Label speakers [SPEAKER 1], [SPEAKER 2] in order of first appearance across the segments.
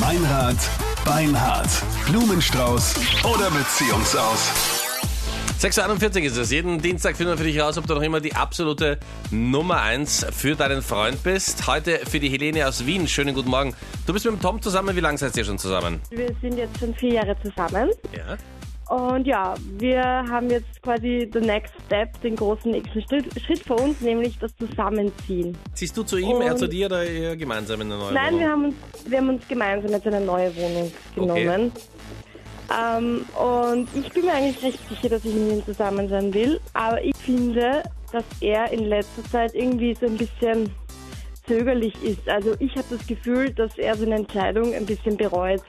[SPEAKER 1] Meinrad, Beinhard, Blumenstrauß oder Beziehungsaus.
[SPEAKER 2] 641 ist es. Jeden Dienstag finden wir für dich raus, ob du noch immer die absolute Nummer 1 für deinen Freund bist. Heute für die Helene aus Wien. Schönen guten Morgen. Du bist mit dem Tom zusammen. Wie lange seid ihr schon zusammen?
[SPEAKER 3] Wir sind jetzt schon vier Jahre zusammen.
[SPEAKER 2] Ja.
[SPEAKER 3] Und ja, wir haben jetzt quasi the next step, den großen nächsten Schritt, Schritt vor uns, nämlich das Zusammenziehen.
[SPEAKER 2] Ziehst du zu ihm,
[SPEAKER 3] Und-
[SPEAKER 2] er zu dir oder ihr gemeinsam in der neuen
[SPEAKER 3] Nein, wir
[SPEAKER 2] Wohnung?
[SPEAKER 3] haben, uns, wir haben uns gemeinsam jetzt eine neue Wohnung genommen. Ähm, und ich bin mir eigentlich recht sicher, dass ich mit ihm zusammen sein will. Aber ich finde, dass er in letzter Zeit irgendwie so ein bisschen zögerlich ist. Also ich habe das Gefühl, dass er seine Entscheidung ein bisschen bereut,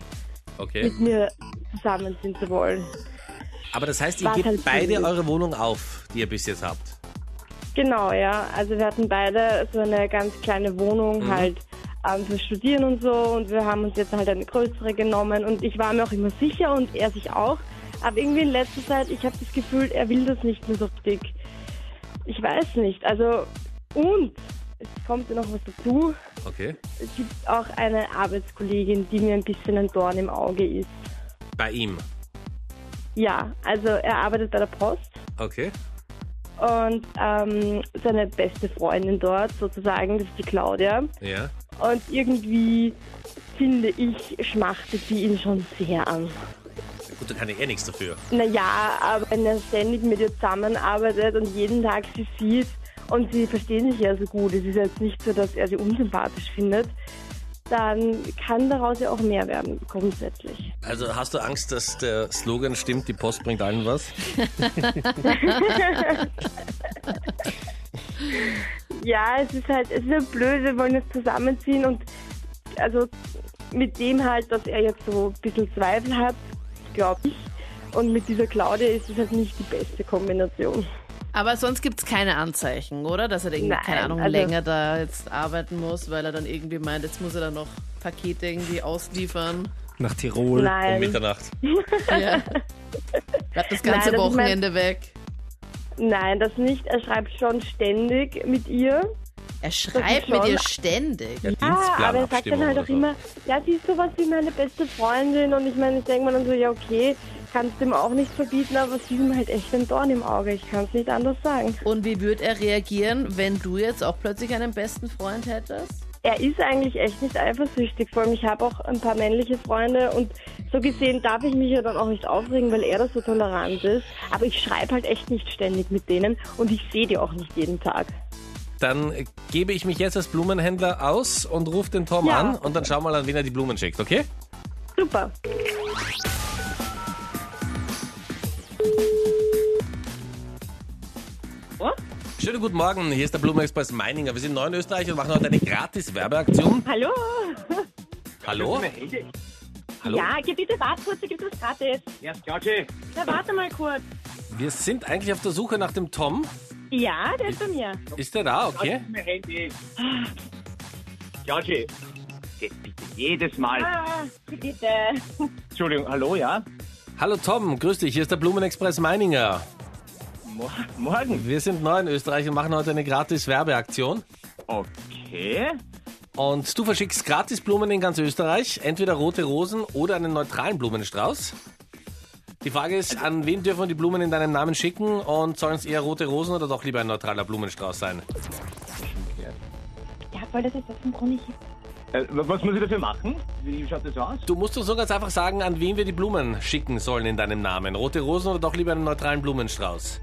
[SPEAKER 2] Okay.
[SPEAKER 3] mit mir zusammenziehen zu wollen.
[SPEAKER 2] Aber das heißt, ihr
[SPEAKER 3] War
[SPEAKER 2] gebt
[SPEAKER 3] halt
[SPEAKER 2] beide
[SPEAKER 3] schwierig.
[SPEAKER 2] eure Wohnung auf, die ihr bis jetzt habt.
[SPEAKER 3] Genau, ja. Also wir hatten beide so eine ganz kleine Wohnung halt ähm, für Studieren und so und wir haben uns jetzt halt eine größere genommen und ich war mir auch immer sicher und er sich auch. Aber irgendwie in letzter Zeit, ich habe das Gefühl, er will das nicht mehr so dick. Ich weiß nicht. Also und es kommt ja noch was dazu.
[SPEAKER 2] Okay.
[SPEAKER 3] Es gibt auch eine Arbeitskollegin, die mir ein bisschen ein Dorn im Auge ist.
[SPEAKER 2] Bei ihm.
[SPEAKER 3] Ja, also er arbeitet bei der Post
[SPEAKER 2] Okay.
[SPEAKER 3] und ähm, seine beste Freundin dort sozusagen, das ist die Claudia.
[SPEAKER 2] Ja.
[SPEAKER 3] Und irgendwie finde ich, schmachtet sie ihn schon sehr an.
[SPEAKER 2] Gut, da kann ich eh nichts dafür.
[SPEAKER 3] Naja, aber wenn er ständig mit ihr zusammenarbeitet und jeden Tag sie sieht und sie verstehen sich ja so gut, es ist jetzt nicht so, dass er sie unsympathisch findet, dann kann daraus ja auch mehr werden, grundsätzlich.
[SPEAKER 2] Also hast du Angst, dass der Slogan stimmt, die Post bringt allen was? Um
[SPEAKER 3] Ja, es ist halt, es ist halt blöd, wir wollen jetzt zusammenziehen und also mit dem halt, dass er jetzt so ein bisschen Zweifel hat, glaube ich. Und mit dieser Claudia ist es halt nicht die beste Kombination.
[SPEAKER 4] Aber sonst gibt's keine Anzeichen, oder? Dass er irgendwie,
[SPEAKER 3] Nein,
[SPEAKER 4] keine Ahnung,
[SPEAKER 3] also-
[SPEAKER 4] länger da jetzt arbeiten muss, weil er dann irgendwie meint, jetzt muss er dann noch Pakete irgendwie ausliefern.
[SPEAKER 5] Nach Tirol.
[SPEAKER 2] Um
[SPEAKER 3] Nein,
[SPEAKER 2] Mitternacht.
[SPEAKER 4] Ja. Bleibt das
[SPEAKER 3] Nein, das
[SPEAKER 4] ganze
[SPEAKER 3] ist mein-
[SPEAKER 4] Wochenende weg.
[SPEAKER 3] nein, das nicht. Er schreibt schon ständig mit ihr.
[SPEAKER 4] Er schreibt mit
[SPEAKER 3] schon-
[SPEAKER 4] ihr ständig.
[SPEAKER 2] Ja,
[SPEAKER 3] Ah, aber er sagt dann
[SPEAKER 2] Dienstplanabstimmung
[SPEAKER 3] halt
[SPEAKER 2] oder
[SPEAKER 3] auch
[SPEAKER 2] so.
[SPEAKER 3] immer, ja, sie ist sowas wie meine beste Freundin. Und ich meine, ich denke mir dann so, ja, okay, kannst dem auch nicht verbieten, aber sie ist ihm halt echt ein Dorn im Auge. Ich kann es nicht anders sagen.
[SPEAKER 4] Und wie würde er reagieren, wenn du jetzt auch plötzlich einen besten Freund hättest?
[SPEAKER 3] Er ist eigentlich echt nicht eifersüchtig. Vor allem, ich habe auch ein paar männliche Freunde und so gesehen darf ich mich ja dann auch nicht aufregen, weil er da so tolerant ist. Aber ich schreibe halt echt nicht ständig mit denen und ich sehe die auch nicht jeden Tag.
[SPEAKER 2] Dann gebe ich mich jetzt als Blumenhändler aus und rufe den Tom
[SPEAKER 3] Ja.
[SPEAKER 2] an und dann schauen wir mal an, wen er die Blumen schickt, okay?
[SPEAKER 3] Super.
[SPEAKER 2] Schönen guten Morgen, hier ist der Blumenexpress Meininger. Wir sind neu in Österreich und machen heute eine gratis Werbeaktion.
[SPEAKER 3] Hallo.
[SPEAKER 2] Hallo? Hallo?
[SPEAKER 3] Ja, geh bitte, warte kurz, da gibt es gratis.
[SPEAKER 6] Yes, Georgie.
[SPEAKER 3] Na, warte mal kurz.
[SPEAKER 2] Wir sind eigentlich auf der Suche nach dem Tom.
[SPEAKER 3] Ja, der ist bei mir.
[SPEAKER 2] Ist der da? Okay.
[SPEAKER 6] Mein Handy. Georgie. Geht bitte jedes Mal.
[SPEAKER 3] Ah, geh bitte.
[SPEAKER 6] Entschuldigung, hallo, ja?
[SPEAKER 2] Hallo Tom, grüß dich, hier ist der Blumenexpress Meininger.
[SPEAKER 6] Mo morgen.
[SPEAKER 2] Wir sind neu in Österreich und machen heute eine gratis Werbeaktion.
[SPEAKER 6] Okay.
[SPEAKER 2] Und du verschickst gratis Blumen in ganz Österreich, entweder rote Rosen oder einen neutralen Blumenstrauß. Die Frage ist, an wen dürfen wir die Blumen in deinem Namen schicken und sollen es eher rote Rosen oder doch lieber ein neutraler Blumenstrauß sein?
[SPEAKER 3] Ja, voll, das ist das im Grunde nicht.
[SPEAKER 6] Äh, was muss ich dafür machen? Wie schaut das aus?
[SPEAKER 2] Du musst uns so ganz einfach sagen, an wen wir die Blumen schicken sollen in deinem Namen. Rote Rosen oder doch lieber einen neutralen Blumenstrauß?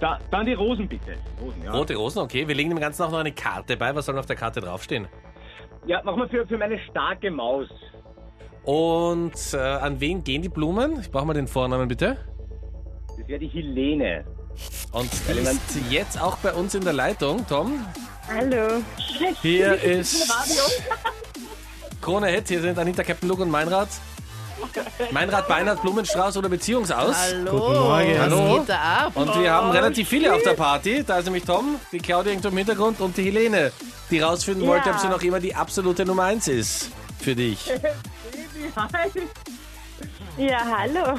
[SPEAKER 6] Da, dann die Rosen bitte. Rosen, ja.
[SPEAKER 2] Rote Rosen, okay. Wir legen dem Ganzen auch noch eine Karte bei. Was soll auf der Karte draufstehen?
[SPEAKER 6] Ja, mach mal für, für meine starke Maus.
[SPEAKER 2] Und äh, an wen gehen die Blumen? Ich brauche mal den Vornamen bitte.
[SPEAKER 6] Das wäre die Helene.
[SPEAKER 2] Und die ist jetzt auch bei uns in der Leitung, Tom.
[SPEAKER 3] Hallo.
[SPEAKER 2] Hier ist Krone Hit, hier sind Anita, Captain Luke und Meinrad. Meinrad, Beinhard, Blumenstrauß oder Beziehungsaus.
[SPEAKER 4] Hallo.
[SPEAKER 5] Guten Morgen.
[SPEAKER 4] Was
[SPEAKER 3] Oh.
[SPEAKER 2] Hallo.
[SPEAKER 4] geht da ab?
[SPEAKER 2] Und wir haben relativ viele auf der Party. Da ist nämlich Tom, die Claudia irgendwo im Hintergrund und die Helene, die rausfinden
[SPEAKER 3] Ja.
[SPEAKER 2] wollte, ob sie noch immer die absolute Nummer 1 ist für dich.
[SPEAKER 3] Ja, hallo.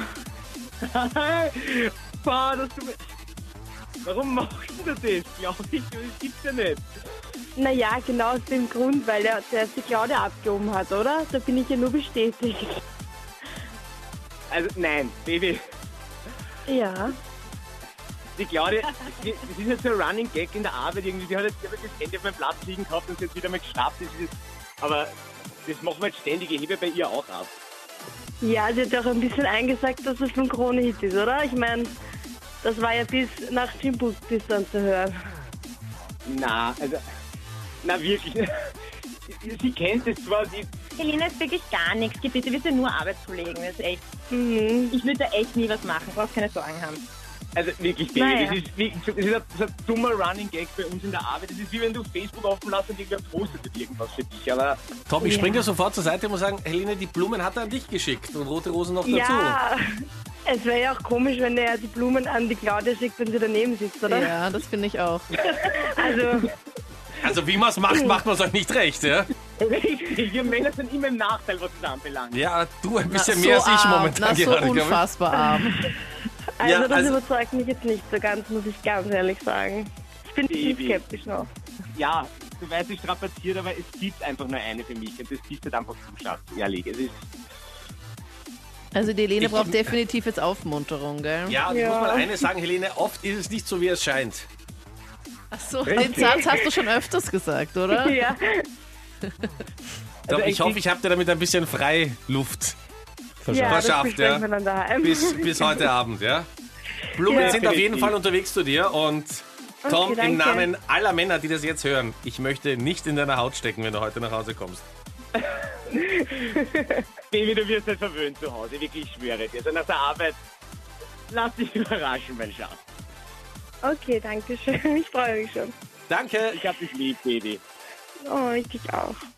[SPEAKER 6] Boah, das tut mir... Warum machst du das? Glaub ich, das gibt's ja nicht.
[SPEAKER 3] Naja, genau aus dem Grund, weil er zuerst die Claudia abgehoben hat, oder? Da bin ich ja nur bestätigt.
[SPEAKER 6] Also nein, Baby.
[SPEAKER 3] Ja.
[SPEAKER 6] Die Claudia, die- das ist jetzt so ein Running Gag in der Arbeit irgendwie. Die hat jetzt die hat jetzt das Handy auf meinem Platz liegen gehabt und sie hat wieder mal geschnappt. Das ist, aber das machen wir jetzt ständig. Ich hebe bei ihr auch ab.
[SPEAKER 3] Ja, sie hat auch ein bisschen eingesagt, dass es von Krone Hit ist, oder? Ich meine, das war ja bis nach Chimbo-Distanz zu hören.
[SPEAKER 6] Na, also, na wirklich. Sie kennt es zwar, sie,
[SPEAKER 5] Selina ist wirklich gar nichts. Geh bitte, wir sind nur Arbeitskollegen. Das ist echt.
[SPEAKER 3] Mhm.
[SPEAKER 5] Ich würde da echt nie was machen. Brauchst keine Sorgen haben.
[SPEAKER 6] also wirklich, Baby,
[SPEAKER 5] Naja.
[SPEAKER 6] das, ist, wie- das, ist ein, das ist ein dummer Running Gag bei uns in der Arbeit. Das ist wie wenn du Facebook offen lässt und irgendwer postet jetzt irgendwas für dich. Aber
[SPEAKER 2] Top, ich springe dir sofort zur Seite und muss sagen, Helene, die Blumen hat er an dich geschickt und rote Rosen noch dazu.
[SPEAKER 3] Ja, es wäre ja auch komisch, wenn er die Blumen an die Claudia schickt, wenn sie daneben sitzt, oder?
[SPEAKER 4] Ja, das finde ich auch.
[SPEAKER 3] Also,
[SPEAKER 2] Also wie man es macht, macht man es euch nicht recht, ja?
[SPEAKER 6] richtig, wir Männer sind immer im Nachteil, was das anbelangt.
[SPEAKER 2] Ja, du ein bisschen
[SPEAKER 4] Na,
[SPEAKER 2] mehr
[SPEAKER 4] so
[SPEAKER 2] als ich
[SPEAKER 4] arm.
[SPEAKER 2] momentan
[SPEAKER 4] Na,
[SPEAKER 2] gerade,
[SPEAKER 4] so
[SPEAKER 2] glaube ich.
[SPEAKER 4] unfassbar arm.
[SPEAKER 3] also
[SPEAKER 2] Ja,
[SPEAKER 3] das
[SPEAKER 2] also-
[SPEAKER 3] überzeugt mich jetzt nicht so ganz, muss ich ganz ehrlich sagen. Ich bin ein bisschen
[SPEAKER 6] Baby.
[SPEAKER 3] skeptisch noch.
[SPEAKER 6] Ja, du weißt, ich strapaziert, aber es gibt einfach nur eine für mich. Und das gibt halt einfach zu, Schatz, ehrlich. Es ist,
[SPEAKER 4] Also die Helene
[SPEAKER 2] Ich-
[SPEAKER 4] braucht definitiv jetzt Aufmunterung, gell?
[SPEAKER 2] Ja, und ich
[SPEAKER 3] Ja.
[SPEAKER 2] muss mal eines sagen, Helene, oft ist es nicht so, wie es scheint.
[SPEAKER 4] Ach so, den Satz hast du schon öfters gesagt, oder?
[SPEAKER 3] Ja,
[SPEAKER 2] Ich, glaub, Also ich hoffe, ich habe dir damit ein bisschen Freiluft
[SPEAKER 3] ja das
[SPEAKER 2] verschafft,
[SPEAKER 3] besprechen
[SPEAKER 2] ja.
[SPEAKER 3] wir dann daheim.
[SPEAKER 2] Bis, bis heute Abend, ja. Blumen
[SPEAKER 3] Ja.
[SPEAKER 2] sind auf jeden Fall unterwegs zu dir und Tom,
[SPEAKER 3] Okay,
[SPEAKER 2] im
[SPEAKER 3] danke.
[SPEAKER 2] Namen aller Männer, die das jetzt hören, ich möchte nicht in deiner Haut stecken, wenn du heute nach Hause kommst.
[SPEAKER 6] Baby, du wirst nicht verwöhnt zu Hause. Wirklich, ich schwöre dir. Also nach der Arbeit, lass dich überraschen, mein Schatz.
[SPEAKER 3] Okay, danke schön. Ich freue mich schon.
[SPEAKER 2] Danke.
[SPEAKER 6] Ich hab dich lieb, Baby.
[SPEAKER 3] Oh, ich dich auch.